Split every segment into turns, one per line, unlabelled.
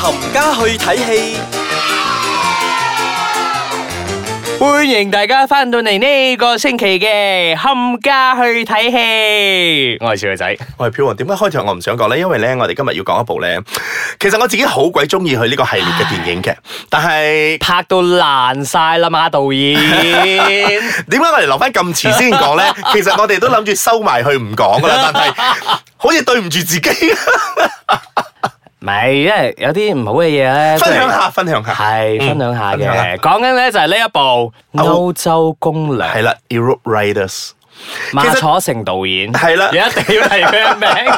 冚家去睇戲，
欢迎大家翻到嚟呢个星期嘅冚家去睇戏，我系小女仔，
我係飄王，點解開頭我唔想講咧？因為咧，我哋今日要講一部咧，其實我自己好鬼中意佢呢個系列嘅電影嘅，但係
拍到烂晒啦嘛，导演，
點解我哋留翻咁遲先 講咧？其實我哋都諗住收埋佢唔講噶啦，但係好似對唔住自己，
唔系，因为有啲唔好嘅嘢咧，
分享下，分享下，
系分享下
分享下
嘅，讲紧咧就系呢一部《欧洲攻略》，
係啦，Europe Riders。
馬
其實
楚成導演
係啦
一定要提佢 嘅名。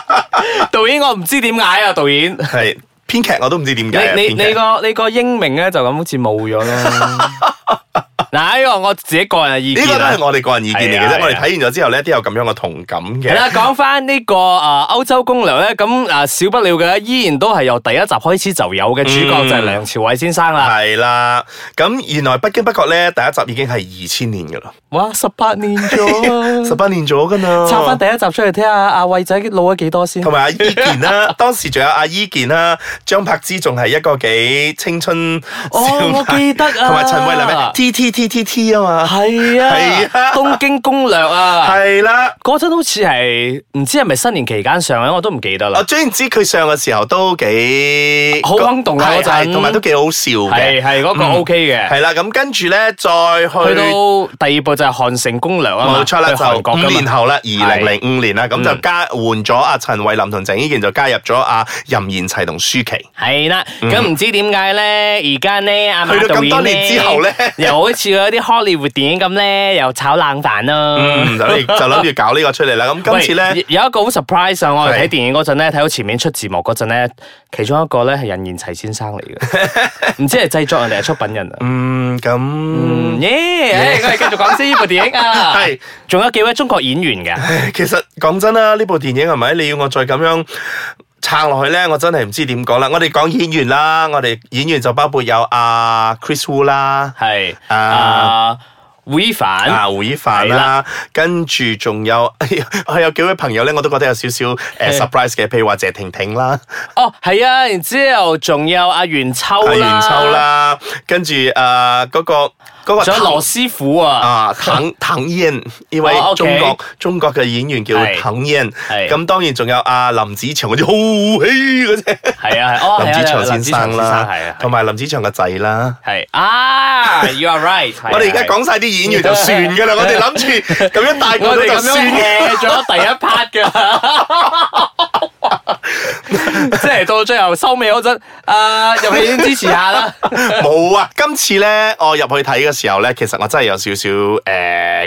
導演我唔知點解啊，導演。
係編劇我都唔知點解啊。
你你
編劇
你個你個英名咧就咁好似冇咗 啦。嗱，呢個我自己個人嘅意
呢個
見
都
啦
係。我哋個人意見嚟
係
嘅
啊係
啫。
啊
我哋睇完咗之後咧，都有咁樣嘅同感
係
嘅。
啦，講翻呢個啊歐洲攻略咧，咁啊少不了嘅，依然都係由第一集開始就有嘅主角
嗯
就係梁朝偉先生啦。
係啦，咁原來不經不覺咧，第一集已經係二千年噶啦，
哇，十八年咗，
十八年咗噶啦。
插翻第一集出嚟睇下阿偉仔老咗幾多先
同。埋阿伊健 啦，當時仲有阿伊健啦，張柏芝仲係一個幾青春
哦
少男
我記得啊
同埋陳慧琳咩 T T T T T 啊嘛，
係
係
啊
啊，
東京攻略啊。
係啦，
嗰陣好似係唔知係咪新年期間上咧，我都唔記得
我
啦。
雖然知佢上嘅時候都幾
好轟動啊
係
嗰陣
係同埋都幾好笑
係
嘅，
係嗰個
嗯
OK 嘅，
係啦，咁跟住咧再
去
去。
到第二部就係韓城攻略啊嘛，
冇錯啦，
去韓
就
國
五
㗎
年
嘛。嗯
後啦，二零零五年啦，咁就加換咗阿陳慧琳同鄭伊健，就加入咗阿任賢齊同舒淇。
係啦，咁唔知點解咧？而家咧，阿馬
嗯去到
導
咁
演
多年之後呢
又好似嗰啲 Hollywood 電影咁咧，又炒冷飯咯。
嗯，就諗住就諗住搞呢個出嚟啦。咁今次咧
喂，有有一個好 surprise 啊！我哋睇
係
電影嗰陣咧，睇到前面出字幕嗰陣咧，其中一個咧係任賢齊先生嚟嘅， 唔知係製作人定係出品人啊？
嗯咁。
嗯耶！誒我哋繼續講先呢部電影啊，
係
仲有幾位中國演員嘅。
其實講真啦，呢部電影係咪你要我再咁樣撐落去咧？我真係唔知點講啦。我哋講演員啦，我哋演員就包括有阿、Chris Wu 啦，
系
啊
啊，會凡
啊胡一凡啦，跟住仲有 我有幾位朋友咧，我都覺得有少少誒 surprise 嘅，譬如話謝婷婷啦、
哦，係啊，然之后仲有阿袁秋
阿
啦，
袁秋，啦，跟住誒嗰個嗰、個
仲有
滕
羅師傅啊，
啊，滕滕燕呢位
哦，OK
中國中國嘅演員叫
係
滕燕，
係
咁當然仲有阿林子祥嗰啲好戲嗰隻。
係啊，係哦，
林
係啊
子祥
林
先生啦
係啊，，
同埋林子祥嘅仔啦。
系啊，you are right，係啊
我哋而家。講晒啲演員就 算噶啦，我哋諗住咁樣大
係我
個
哋
咗就
咁樣
算。
hea 咗第一 part 噶， 即係到最後收尾嗰陣，啊入戲院支持下 啦，
冇啊！今次咧，我入去睇嘅時候咧，其實我真係有少少誒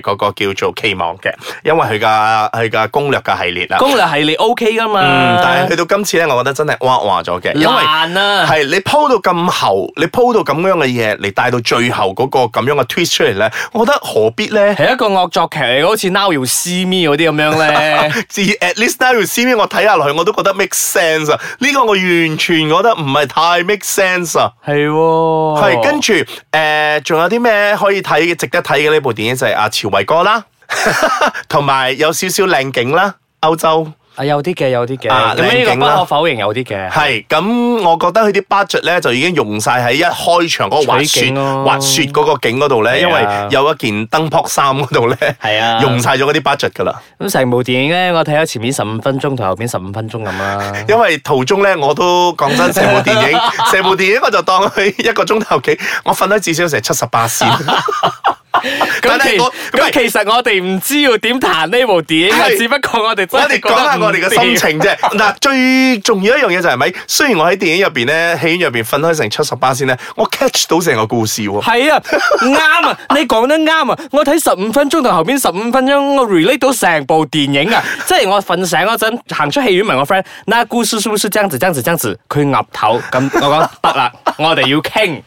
嗰個叫做期望嘅，因為佢嘅佢嘅攻略嘅系列啦。
攻略系列 OK 噶嘛，
嗯，但係去到今次咧，我覺得真係哇哇咗嘅，因為。
爛啊，
係你鋪到咁厚，你鋪到咁樣嘅嘢，你帶到最後嗰個咁樣嘅 twist 出嚟咧，我覺得何必咧？
係一個惡作劇嚟，好似 Now You See Me 嗰啲咁樣咧。
啊 至 at least now you see me，我睇下落去我都覺得 make sense 啊！呢、個我完全覺得唔係太 make sense 啊！
系喎，
係跟住誒，呃仲、有啲咩可以睇值得睇嘅呢部電影就係、啊阿、朝偉哥啦， 同埋有少少靚景啦，歐洲。
啊有啲嘅，有啲嘅，
啊
咁呢
靚
個
景
不
啦
可否認有啲嘅，
係咁，我覺得佢啲 budget 咧就已經用晒喺一開場嗰個滑
取
雪
景咯
滑雪嗰個景嗰度咧，因
係
為
啊
有一件燈泡衫嗰度咧，
係啊
用晒咗嗰啲 budget 噶啦。。
咁成部電影咧，我睇咗前面十五分鐘同後面十五分鐘咁啦
因為途中咧，我都講真，成部電 影，成部電影我就當佢一個鐘頭幾，我瞓得至少成七十八線。但
咁
係
其
我
咁其實我哋唔知要點彈呢部電影啊，
係
只不過我哋 真
我
係
哋講下我哋嘅心情啫。嗱，最重要一樣嘢就係咪？雖然我喺電影入邊咧，戲院入邊瞓開成七十八線咧，我 catch 到成個故事 喎。
係啊，啱啊， 你講得啱啊！我睇十五分鐘同後邊十五分鐘，我 relate 到成部電影啊！ 即係我瞓醒嗰陣，行出戲院問我 friend，嗱，故事是不是這樣子、這樣子、這樣子？佢岌頭，咁我講得啦， 我哋要傾。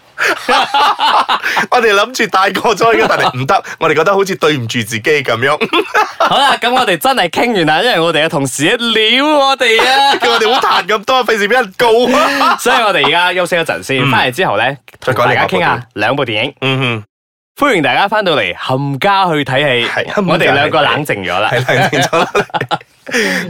我哋諗住大個咗嘅，但 係唔得，我哋覺得好似對唔住自己咁樣，
好啦，咁我哋真係傾完啦，因為我哋嘅同事一撩我哋啊，
叫我哋好彈咁多，費事俾人告 啊！
所以我哋而家休息一陣先，翻嚟之後咧，
嗯再
同
講
大家
另外一部
傾下兩部電影。
嗯
歡迎大家翻到嚟冚家去睇戲
係，冚家
我哋兩個冷靜咗啦
哼，。係啦，認咗啦。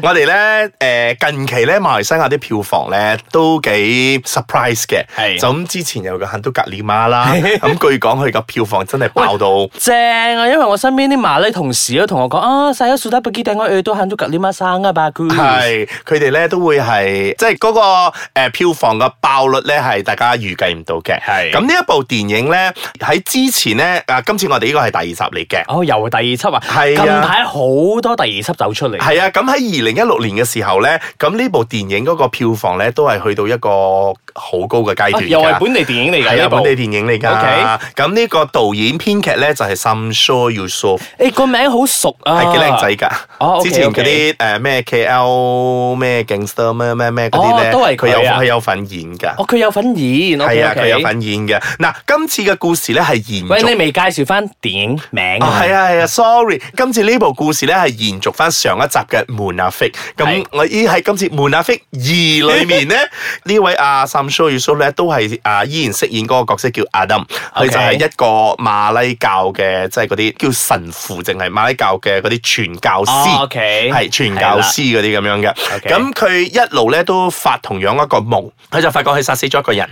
我哋咧诶近期咧馬來西亞啲票房咧都幾 surprise 嘅，
係
就咁之前有個肯都格里 馬啦，咁據講佢個票房真係爆到
正啊！因為我身邊啲馬來同事都同我講啊，細咗數得不記得我去到行咗隔離馬生啊吧佢。
係佢哋咧都會係即係嗰個誒票房嘅爆率咧係大家預計唔到嘅。
係
咁呢一部電影咧喺之前咧啊，今次我哋呢個係第二集嚟嘅。
哦，又第二輯啊！
係啊
近排好多第二輯走出嚟。
係啊，咁喺二零一六年嘅時候咧，咁呢部電影嗰個票房咧都係去到一個好高嘅階
啊
段㗎。
又係本地電影嚟㗎
係
呢
啊，
部
本。地電影嚟㗎。咁呢個導演編劇咧就係 Samsho Yusuf，
誒個名好熟啊，
係幾靚仔㗎。
哦，OK，
之前嗰啲誒咩 KL 咩 gangster 咩咩咩嗰
哦
啲咧，
都係佢
佢有
啊
佢有份演㗎。
哦，佢有份演。
係啊，
OK，OK
佢有份演嘅。嗱，今次嘅故事咧係延
喂，你
續。
未介紹翻電影名
啊，係啊，係啊，sorry，今次呢部故事咧係延續翻上一集嘅《門阿 f i
係
咁我依喺今次《門阿 f i 二》裏面咧，呢位阿 Sam s h o y s u 咧都係啊依然飾演嗰個角色叫 Adam，佢
OK
就係一個馬拉教嘅，即係嗰啲叫神父，淨係馬拉教嘅嗰啲傳教
哦
師，
，OK，
係傳教師嗰啲咁樣嘅。
OK
咁佢一路咧都發同樣一個夢，佢就發覺佢殺死咗一個人。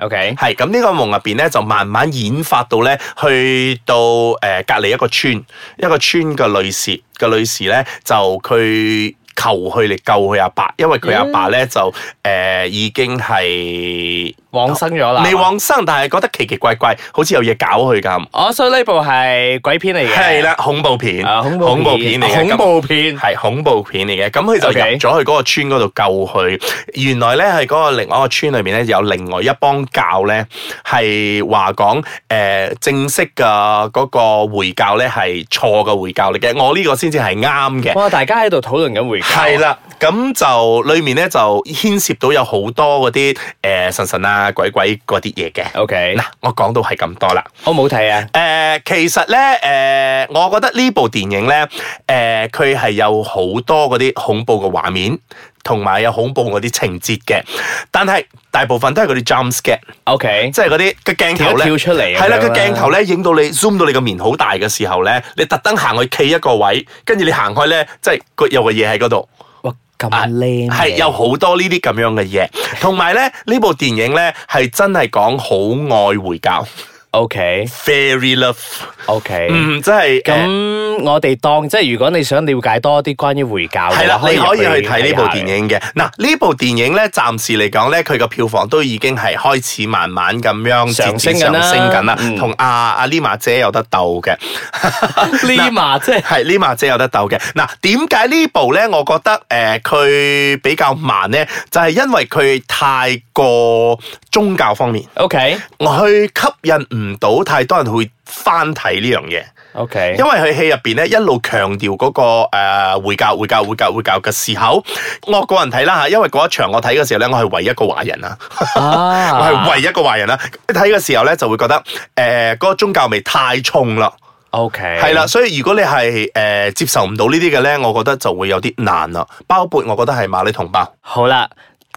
，OK，
係咁呢個夢入邊咧，就慢慢演發到咧，去到誒、呃隔離一個村，一個村嘅女士嘅女士咧，就佢。求佢嚟救佢阿爸，因為
嗯
佢阿爸咧就誒、呃已經係
往生咗啦。
未往生，但係覺得奇奇怪怪，好似有嘢搞佢咁。
哦，所以呢部係鬼片嚟嘅。
係啦，恐怖片，
啊，恐怖
恐怖片嚟嘅，咁
恐怖片。
係恐怖片嚟嘅，咁佢就
OK
入咗去嗰個村嗰度救佢。原來咧係嗰個另外一個村裏面咧有另外一幫教咧係話講誒正式嘅嗰個回教咧係錯嘅回教嚟嘅，我呢個先至係啱 嘅。
哇！大家喺度討論緊回教。
係啦，咁就裏面咧就牽涉到有好多嗰啲誒神神啊鬼鬼嗰啲嘢嘅。
，OK，
嗱，我講到係咁多啦。
我冇睇啊。
誒、呃其實咧，誒、我覺得呢部電影咧，誒、佢係有好多嗰啲恐怖嘅畫面，同埋有恐怖嗰啲情節嘅，但係大部分都係嗰啲 jump scare，
OK，
即係嗰啲個鏡頭咧
跳一跳出嚟咁
係啦，
樣
個
啦
鏡頭咧影到你 zoom 到你個面好大嘅時候咧，你特登行去企一個位，跟住你行開咧，即係個有個嘢喺嗰度。
哇咁靚嘅，
係有好多呢啲咁樣嘅嘢，同埋咧呢部電影咧係真係講好愛回教
OK
，very love，
OK。
嗯，真係誒
咁我哋當即係如果你想了解多啲關於回教嘅話，
係啦，你可以去睇呢部電
影。
影嘅。嗱，呢部電影咧，暫時嚟講咧，佢個票房都已經係開始慢慢咁樣
上
節
升
節
緊啦
上升緊啦
嗯，
同阿阿 Lima 姐有得鬥 嘅，
呢嘛即係
係 Lima 姐有得鬥嘅。嗱，點解呢部咧？我覺得誒，佢、比較慢咧，就係、因為佢太過宗教方面，
OK
我去吸引唔到太多人會翻睇呢樣嘢。
OK
因。為佢戲入邊咧一路強調嗰、個、呃、回教、回教、回教、回教嘅時候，我個人睇啦嚇，因為嗰一場我睇嘅時候咧，我係唯一一個華人啦，我
啊
係唯一一個華人啦。睇嘅時候咧就會覺得呃誒嗰、個宗教味太重啦，
OK
係啦，所以如果你係誒、呃接受唔到呢啲嘅咧，我覺得就會有啲難啦。包括我覺得係馬里同胞，
好啦。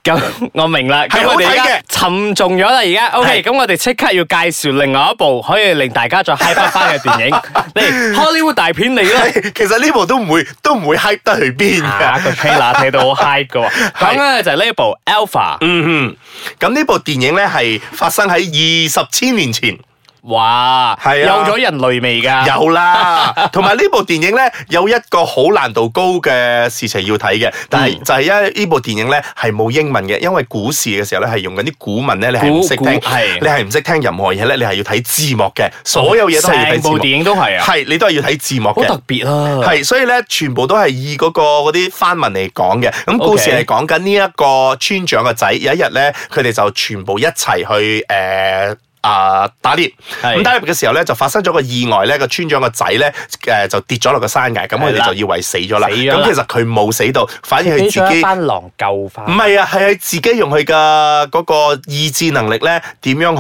咁 我明啦，
係
咁
好
我哋而
睇
家
嘅
沉重咗啦，而家 OK，咁我哋即刻要介紹另外一部可以令大家再 high 翻翻嘅 電影，嚟 Hollywood 大片嚟啦。
其實呢部都唔會都唔會 hype 得去邊
啊
嘅。
個 trailer 睇到好 high 嘅喎，講緊嘅就係呢一部 Alpha，
嗯哼，咁呢部電影咧係發生喺二十千年前。
哇，
係啊
有咗人類味㗎，
有啦，同埋呢部電影咧有一個好難度高嘅事情要睇嘅，但係
嗯
就係因為呢部電影咧係冇英文嘅，因為古時嘅時候咧係用緊啲古文咧，你係唔識
古
聽，
古係
你係唔識聽任何嘢咧，你係要睇字幕嘅，所有嘢都係要睇
成
字
部
幕，
電影都係啊，
係你都係要睇字幕
好
嘅
特。別啊，
係，所以咧，全部都係以嗰、個嗰啲番文嚟講嘅。咁故事
OK
係講緊呢一個村長嘅仔，有一日咧，佢哋就全部一齊去誒。呃啊、打獵，
係
咁打獵嘅時候咧，就發生咗個意外咧，個村長個仔咧，誒、就跌咗落個山崖，咁佢
係
哋
啦
就以為死咗啦。
死咗啦
咁其實佢冇死到，反而佢
俾
自
咗
己
一班狼救翻
唔。係啊，係佢自己用佢嘅嗰個意志能力咧，點樣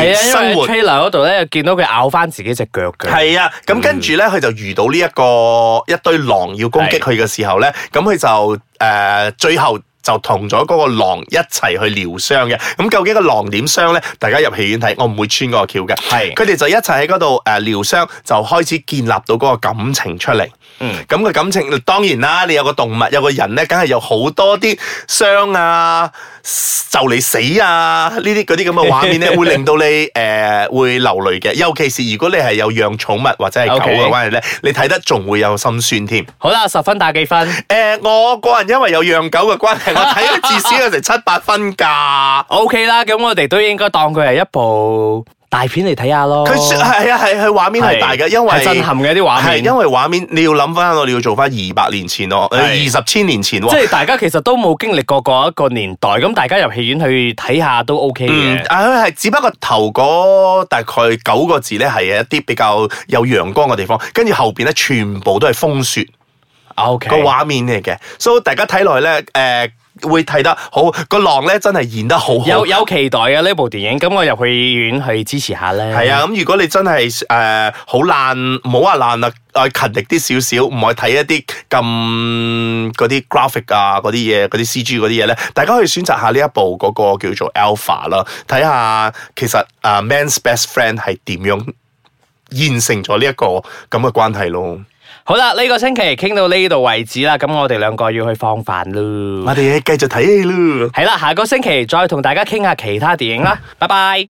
係啊，因
生
為
活
trailer 嗰度咧，見到佢咬翻自己只腳嘅。
係啊，咁跟住咧，佢就遇到呢、一個一堆狼要攻擊佢嘅時候咧，咁佢就誒、呃最後就同咗嗰個狼一齊去療傷嘅。咁究竟個狼點傷咧？大家入戲院睇，我唔會穿嗰個橋嘅。
係
佢哋就一齊喺嗰度誒療傷，就開始建立到嗰個感情出嚟。
嗯
咁個感情當然啦，你有個動物，有個人咧，梗係有好多啲傷啊，就你死啊呢啲嗰啲咁嘅畫 面咧，會令到你誒、呃、會流淚嘅。尤其是如果你係有養寵物或者係狗
OK
嘅關係咧，你睇得仲會有心酸添。誒、
好啦，十分打幾分？
我個人因為有養狗嘅關 係，我睇得至少有成七八分㗎。
O K 啦，咁我哋都應該當佢係一部大片嚟睇下咯。
佢係啊係佢畫面係大嘅，因為
係震撼嘅啲畫
係
面，
因為畫面你要諗翻我哋要做翻二百年前咯，二
係
十千年前喎
即。係大家其實都冇經歷過嗰一個年代，咁大家入戲院去睇下都 O K
嗯
嘅，。
啊，係，只不過頭嗰大概九個字咧，係一啲比較有陽光嘅地方，跟住後邊咧全部都係風雪
O K，
個畫面嚟嘅，所以大家睇落去咧，誒、會睇得好，個浪咧真係演得好好。
有有期待嘅呢部電影，咁我入去院去支持下咧。
係啊，咁如果你真係誒好爛，唔好話爛啦，誒勤力啲少少，唔係睇一啲咁嗰啲 graphic 啊，嗰啲嘢，嗰啲 CG 嗰啲嘢咧，大家可以選擇下呢一部嗰個叫做 Alpha 啦，睇下其實啊 Man's Best Friend 係點樣現成咗呢一個咁嘅關係咯。
好啦，呢個星期傾到呢度為止啦，咁我哋兩個要去放飯咯
我。哋繼續睇戲咯。
係啦，下個星期再同大家傾下其他電影啦，拜拜。